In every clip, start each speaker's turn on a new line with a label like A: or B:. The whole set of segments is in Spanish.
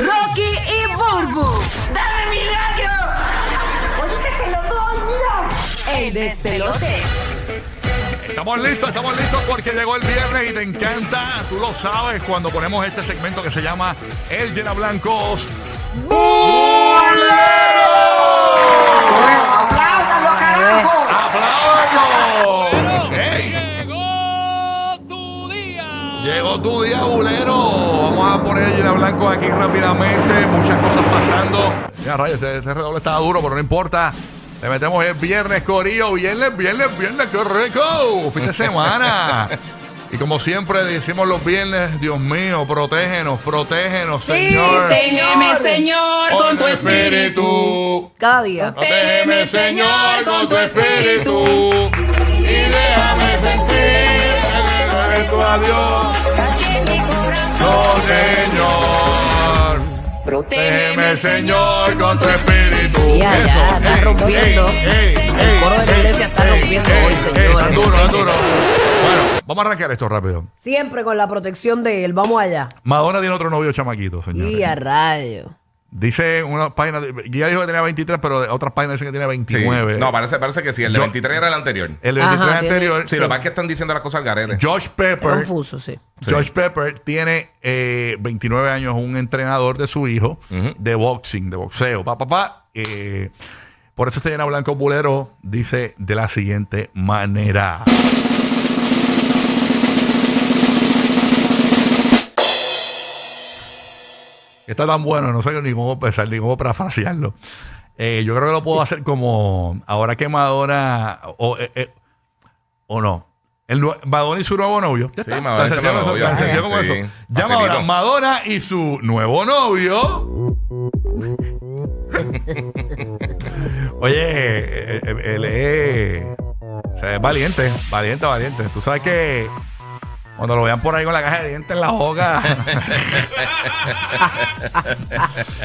A: Rocky y Burbu. ¡Dame mi gallo! ¡Ahorita te lo doy, mira! ¡El despelote!
B: Estamos listos, estamos listos porque llegó el viernes y te encanta, tú lo sabes, cuando ponemos este segmento que se llama El Llena Blancos.
A: ¡Apláudalo, carajo!
B: ¡Aplausos! ¡Ey!
C: Llegó tu día.
B: Llegó tu día, bulero. Vamos a poner el Llena Blancos aquí rápidamente. Muchas cosas pasando. Ya, rayos, este, este redoble estaba duro, pero no importa. Le metemos el viernes, Corillo. Viernes, viernes, viernes, qué rico. Fin de semana. Y como siempre decimos los viernes, Dios mío, protégenos, protégenos, Señor.
D: Téngeme, Señor, con tu espíritu.
A: Cada día.
D: Téngeme, Señor, con tu espíritu. Y déjame sentir el tu adiós.
B: Oh, Señor. Protégeme, Señor, con tu espíritu.
E: Ya, ya, está
B: ey,
E: rompiendo.
B: ey, ey,
E: El coro de la
B: ey,
E: iglesia está
B: ey,
E: rompiendo
B: ey,
E: hoy,
B: ey,
E: señores.
B: tan duro, tan duro. Bueno, vamos a arrancar esto rápido.
E: Siempre con la protección de él. Vamos allá.
B: Madonna tiene otro novio chamaquito,
E: Y a
B: señores.
E: rayo.
B: Dice una página, de- Guía dijo que tenía 23, pero de- otras páginas dicen que tiene
F: Sí.
B: 29.
F: No, parece, parece que sí. El de
B: Yo- Eh,
F: 23 era el anterior.
B: El 23
E: Ajá, tiene-
B: anterior,
F: Sí, lo que pasa es que están diciendo las cosas al garete.
B: Josh
E: Está
B: Pepper,
E: confuso, sí.
F: Sí.
B: George Pepper tiene eh, 29 años, un entrenador de su hijo
F: Ujú.
B: de boxing, de boxeo. Pa, pa, pa. Eh, por eso este llena Blanco Bulero dice de la siguiente manera. Está tan bueno, no sé ni cómo empezar, ni cómo parafrasearlo. Eh, yo creo que lo puedo hacer como ahora que Madonna o, eh, eh, o no. El, nue- Madonna y su nuevo novio. Ya
F: Sí,
B: está.
F: Madonna y su
B: Tan sencillo
F: nuevo
B: como eso,
F: novio.
B: tan sencillo como
F: Sí,
B: eso. Llama
F: facilito.
B: ahora Madonna y su nuevo novio. Oye, eh, eh, él es, o sea, es Eh, valiente, valiente, valiente. Tú sabes que cuando lo vean por ahí con la caja de dientes en la boca.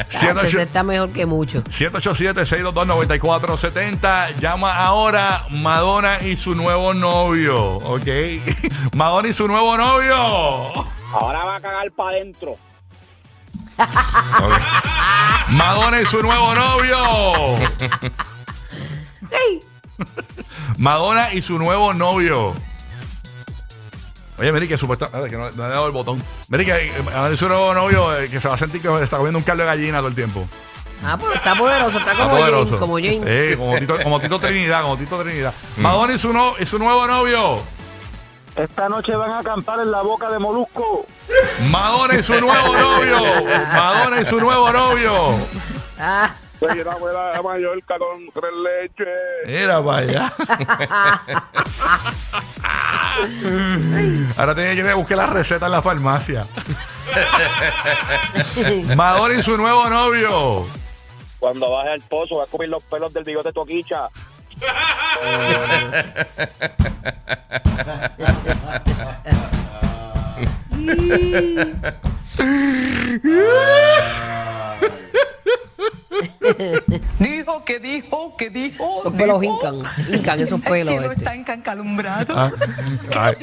B: Siendo
E: Ese
B: chu-
E: está mejor que mucho.
B: 787-622-9470. Llama ahora Madonna y su nuevo novio. ¿Ok? Madonna y su nuevo novio.
G: Ahora va a cagar para adentro.
B: Madonna y su nuevo novio.
E: ¡Ey!
B: Madonna y su nuevo novio. Oye, Meri, que supuestamente. Que no, no le he dado el botón. Meri, que eh, Madonna y su nuevo novio eh, que se va a sentir que está comiendo un caldo de gallina todo el tiempo.
E: Ah, pero está poderoso, está
B: Está
E: como
B: poderoso. Eh.
E: James, como James.
B: Sí, como Tito, como Tito Trinidad, como Tito Trinidad. Madonna y su, no- y su nuevo novio.
G: Esta noche van a cantar en la boca de Molusco.
B: Madonna y su nuevo novio. Madonna y su nuevo novio.
E: Ah,
G: Soy una Pues abuela de Mallorca con tres leches.
B: Era para allá. Ahora tenía que ir a buscar la receta en la farmacia. Madonna y su nuevo novio.
G: Cuando baje al pozo va a cubrir los pelos del bigote de Toquicha.
H: Dijo que dijo que dijo.
E: Esos pelos
H: dijo.
E: hincan, hincan esos pelos,
H: El cielo
E: este.
H: está encancalumbrado.
B: Ah, Ay,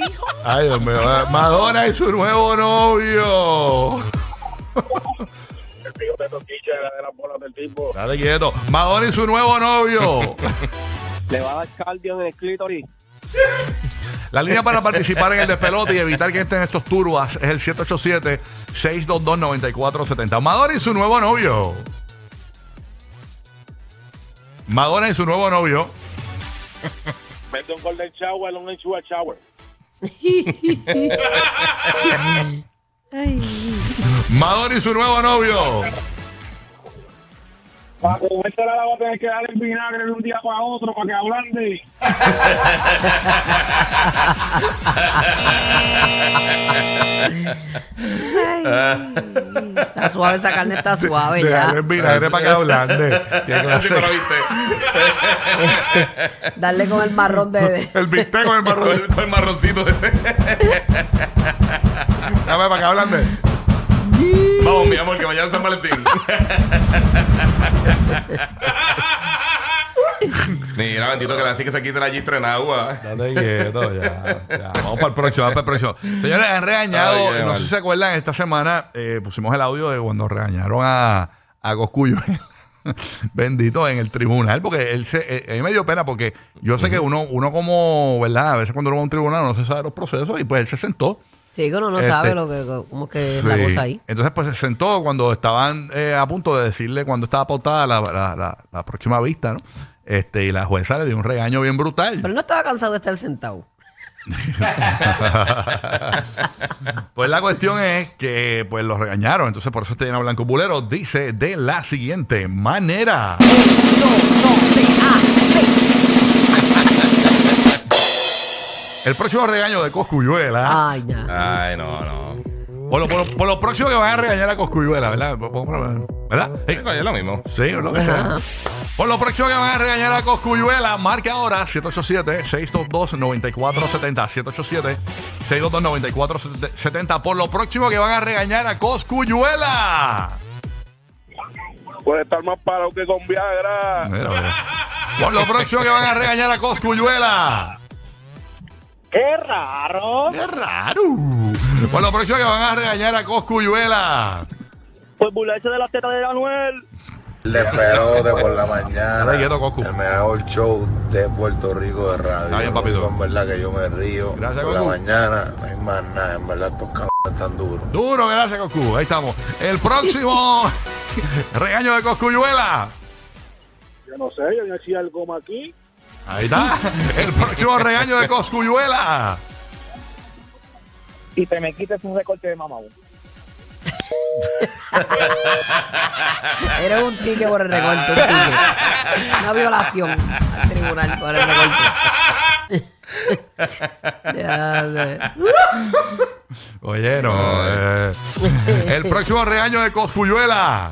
B: ay, Dios mío. Eh, Madonna y su nuevo novio.
G: El bigote de Toquicha era de las bolas del tipo.
B: Dale quieto. Madonna y su nuevo novio.
G: Le va a dar cardio en el clítoris.
B: La línea para participar en el despelote y evitar que estén estos turbas es el 787-622-9470. Madonna y su nuevo novio. Madonna y su nuevo novio.
G: Mete un golden shower, un enchuga shower.
B: Madonna y su nuevo novio.
G: Para comértela la va a tener que dar en vinagre de un día para otro para que ablande.
E: Está suave, esa carne está suave ya.
B: Déjalo en vinagre este para que ablande. Qué
F: Así
B: clase.
F: me lo viste.
E: Darle con el marrón de... de-
B: El bistec con el
F: Con
B: marrón.
F: el- con el marroncito ese.
B: Dame para que ablande.
F: Vamos, mi amor, que mañana es San Valentín. Mira, bendito que la así que se quite la gistra en agua.
B: Dale quieto, ya, ya. Vamos para el próximo, vamos para el próximo. Señores, han regañado,
F: Ay, qué
B: no
F: mal.
B: sé si se acuerdan, esta semana eh, pusimos el audio de cuando regañaron a, a Coscullo. Bendito en el tribunal, porque él se, eh, a mí me dio pena porque yo sé que uno, uno como, ¿verdad? A veces cuando uno va a un tribunal no se sabe los procesos y pues él se sentó.
E: Sí, que uno no
B: Este.
E: sabe lo que, cómo es que es Eh, la
B: Sí.
E: cosa ahí.
B: Entonces, pues se sentó cuando estaban eh, a punto de decirle cuando estaba pautada la, la- la- la próxima vista, ¿no? Este, y la jueza le dio un regaño bien
E: Pero él
B: brutal.
E: no estaba cansado de estar sentado.
B: Pues la cuestión es que pues los regañaron. Entonces, por eso este lleno Blanco Bulero dice de la siguiente manera.
E: Eso no se hace.
B: El próximo regaño de Coscuyuela.
E: Ay, ya.
F: Ay, no, no.
B: Por lo, por lo- por lo próximo que van a regañar a Coscuyuela, ¿verdad? Por- por- ¿Verdad? Sí.
F: Sí, coño, Es lo mismo.
B: Sí, o lo que sea. Por lo próximo que van a regañar a Coscuyuela, marca ahora 787-622-9470. 787-622-9470. Por lo próximo que van a regañar a Coscuyuela.
G: Puede estar más parado que con Viagra.
B: Mira, mira. Por lo próximo que van a regañar a Coscuyuela.
G: ¡Qué raro!
B: ¡Qué raro! Por lo próximo que van a regañar a Coscuyuela.
G: Pues burlarse de las tetas de Anuel.
D: Desperote por la mañana.
B: Dale quieto, Cocu.
D: El mejor show de Puerto Rico de radio.
B: Está bien, papito.
D: En verdad que yo me río.
B: Gracias,
D: por la
B: Cocu.
D: mañana no hay más nada. En verdad estos cabrones están duros.
B: Duro, gracias, Coscu. Ahí estamos. El próximo regaño de Coscuyuela.
G: Yo no sé, yo no hacía algo más aquí.
B: Ahí está. El próximo regaño de Coscuyuela.
G: Y te me quites un recorte de mamá.
E: Era un ticket por el recorte, un ticket. Una violación al tribunal por el recorte. Ya, sé.
B: Oye, no. eh. El próximo regaño de Coscuyuela.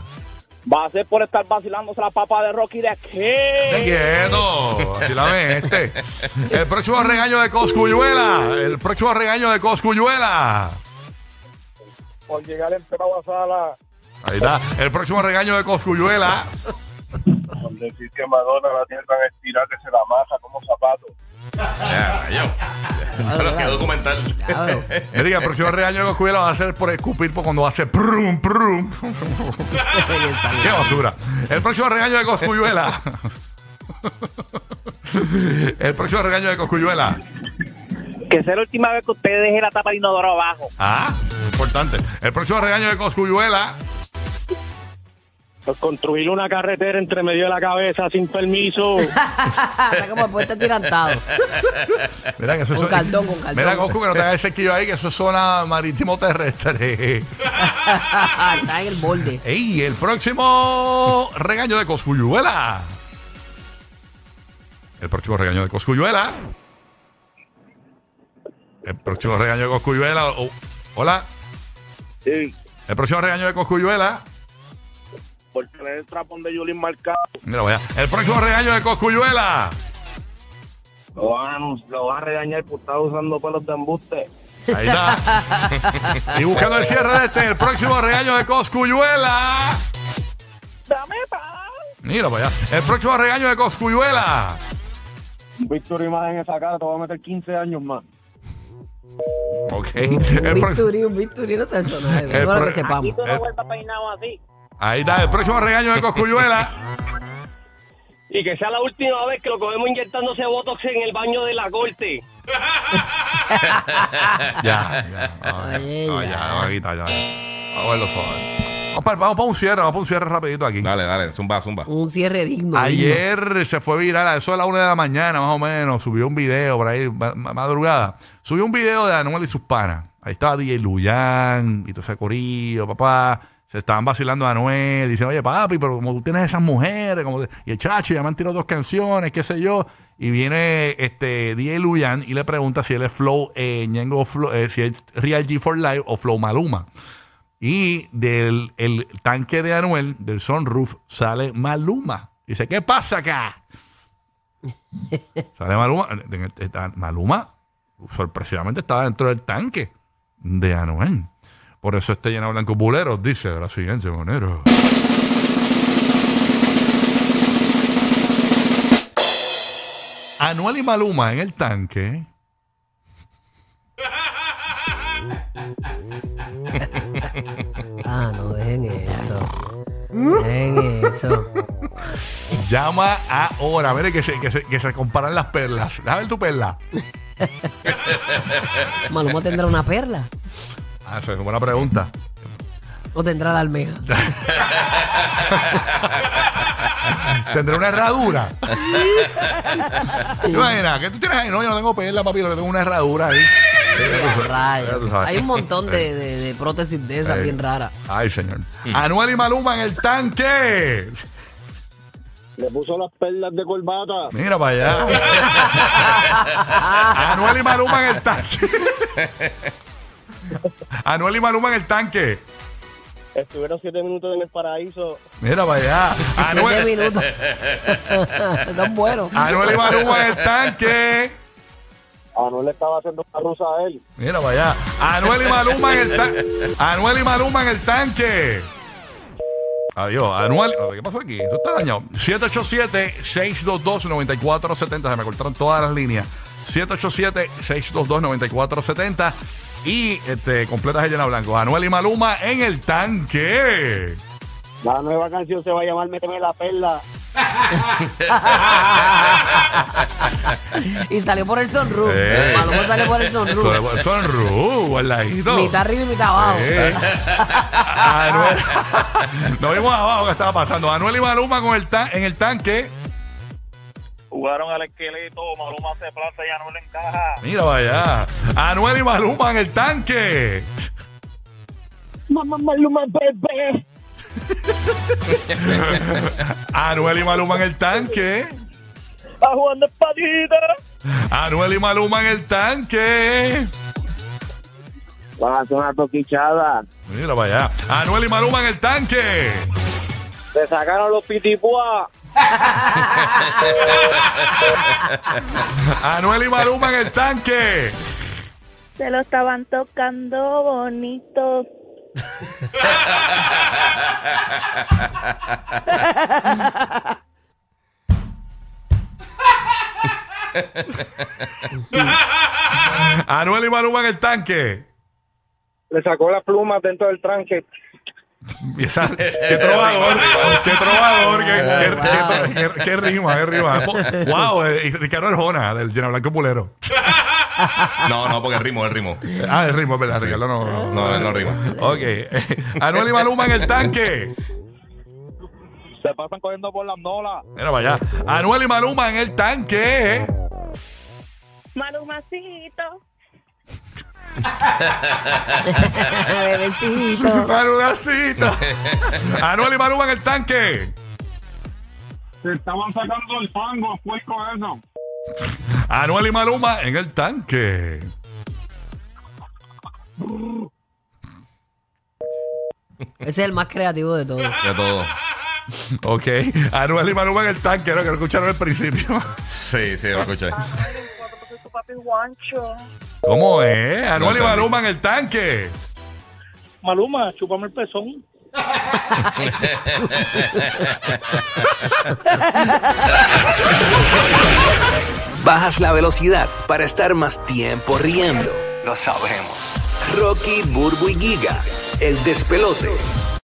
G: Va a ser por estar vacilándose la papa de Rocky de
B: Te
G: aquí.
B: quieto. Así la ve este. El próximo regaño de Coscuyuela. El próximo regaño de Coscuyuela.
G: Por llegar en a sala.
B: Ahí está. El próximo regaño de Coscuyuela.
G: Por decir que Madonna la tiene tan estirada que se la masa como zapato.
F: Ya, yo. Ya lo que documental.
E: Claro.
B: Mira, el próximo regaño de Coscuyuela va a ser por escupir por cuando hace prum, prum. Qué basura. El próximo regaño de Coscuyuela. El próximo regaño de Coscuyuela.
G: Que sea la última vez que usted deje la tapa de inodoro abajo.
B: Ah, importante. El próximo regaño de Coscuyuela.
G: Pues construir una carretera entre medio de la cabeza sin permiso.
E: Está como puesto atirantado.
B: Mira que eso
E: Con
B: es-
E: cartón, con cartón.
B: Mira, Coscu, que no te hagas el sequillo ahí, que eso es zona marítimo terrestre.
E: Está en el borde.
B: Ey, el próximo regaño de Coscuyuela. El próximo regaño de Coscuyuela. El próximo regaño de Coscuyuela. Oh, hola.
G: Sí,
B: El próximo regaño de Coscuyuela.
G: por tener el trapón de Julín marcado.
B: Mira, vaya. El próximo regaño de Coscuyuela.
G: Lo van, a- lo van a regañar por estar usando pelos de embuste.
B: Ahí está. y buscando el cierre de este, el próximo regaño de Coscuyuela.
G: ¡Dame pa!
B: Mira para allá. El próximo regaño de Coscuyuela.
G: Víctor y más en esa cara, te voy a meter 15 años más.
B: Ok. El
E: Un
B: pro-
E: bisturí, un bisturí no se hace nada.
B: El
E: Bueno,
B: pro-
E: que sepamos.
B: no
G: vuelvas peinado así.
B: Ahí está. El próximo regaño de Coscuyuela.
G: Y que sea la última vez que lo cogemos inyectándose botox en el baño de la corte.
B: ya, ya. No, ya,
E: Oye,
B: no,
E: ya.
B: ya, no, aquí está, ya. Vamos a verlo suave. Vamos para, vamos para un cierre, vamos para un cierre rapidito aquí.
F: Dale, dale, zumba, zumba.
E: Un cierre digno. digno.
B: Ayer se fue viral, a eso de la una de la mañana más o menos, subió un video por ahí, ma- ma- madrugada. Subió un video de Anuel y sus panas. Ahí estaba DJ Luyan, y todo ese corillo, papá. se estaban vacilando a Anuel. Dicen, oye, papi, pero como tú tienes esas mujeres, como te- y el chacho, ya me han tirado dos canciones, qué sé yo. Y viene este DJ Luyan y le pregunta si él es Flow, eh, Ñengo Flow, eh, si es Real G for Life o Flow Maluma. Y del el tanque de Anuel, del sunroof, sale Maluma. Dice, ¿qué pasa acá? sale Maluma. en el- está- Maluma, sorpresivamente, estaba dentro del tanque de Anuel. Por eso este llena blanco buleros, dice de la siguiente manera. Anuel y Maluma en el tanque.
E: Ah, no, dejen eso. Dejen eso.
B: Llama ahora. Mire que se, que se- que se comparan las perlas. Déjame ver tu perla.
E: Maluma tendrá una perla
B: Ah, esa es una buena pregunta.
E: o tendrá la almeja.
B: Tendré una herradura. Imagina, ¿qué tú tienes ahí? No, yo no tengo perla, papi, lo que tengo es una herradura ahí. Ya tú
E: Rayos.
B: sabes.
E: Hay un montón de, de- de prótesis de esas
B: Ay.
E: bien raras.
B: Ay, señor. Anuel y Maluma en el tanque.
G: Le puso las perlas de corbata.
B: Mira para allá. Anuel y Maluma en el tanque. Anuel y Maluma en el tanque.
G: Estuvieron siete minutos en el paraíso.
B: Mira para allá.
E: Siete
B: Anuel,
E: minutos. Son buenos.
B: Anuel y Maluma en el tanque.
G: A Ah, no le estaba haciendo una rusa a él.
B: Mira para allá. Anuel y Maluma en el tanque. Anuel y Maluma en el tanque. Adiós. Anuel. A ver, ¿Qué pasó aquí? Esto está dañado. 787-622-9470. Se me cortaron todas las líneas. 787-622-9470. Y este, completas el llena blanco. Anuel y Maluma en el tanque.
G: La nueva canción se va a llamar Méteme la perla.
E: Y salió por el sunroof.
B: Eh.
E: Maluma salió por el sunroof.
B: Son, son Ru, guardadito.
E: Mitad arriba y mitad abajo.
B: Eh. Anuel. Nos vimos abajo que estaba pasando. Anuel y Maluma con el tan- en el tanque.
G: Jugaron al esqueleto, Maluma se planta y no le encaja.
B: Mira vaya. Anuel y Maluma en el tanque.
G: Mamá Maluma, bebé.
B: Anuel y Maluma en el tanque.
G: Está jugando espadita.
B: Anuel y Maluma en el tanque.
G: Van a hacer una toquichada.
B: Mira vaya. Anuel y Maluma en el tanque.
G: Se sacaron los pitipúas.
B: Anuel y Maluma en el tanque.
I: Se lo estaban tocando bonito.
B: Anuel y Maluma en el tanque.
G: Le sacó las plumas dentro del tranque.
B: Y esa- qué trovador, qué trovador, qué, qué- qué- qué- qué rima, qué rima. Wow, eh, y Ricardo Arjona, del Llena Blanco Pulero.
F: No, no, porque el ritmo, el ritmo.
B: Ah, el ritmo, es verdad, Ricardo no. no, no.
F: No, no rima.
B: Ok. Anuel y Maluma en el tanque.
G: Se pasan corriendo por las nolas.
B: Mira para allá. Anuel y Maluma en el tanque.
I: Malumacito.
E: Bebecito.
B: Malumacito. Anuel y Maluma en el tanque.
G: Se estaban sacando el fango, puerco eso.
B: Anuel y Maluma en el tanque.
E: Ese es el más creativo de todos.
F: De todo.
B: Ok. Anuel y Maluma en el tanque. No, que lo escucharon al principio.
F: Sí, sí, lo escuché.
I: Tu papi Juancho.
B: ¿Cómo es? Anuel y Maluma en el tanque.
G: Maluma, chupame el pezón.
H: Bajas la velocidad para estar más tiempo riendo. Lo sabemos. Rocky, Burbu y Giga, el despelote.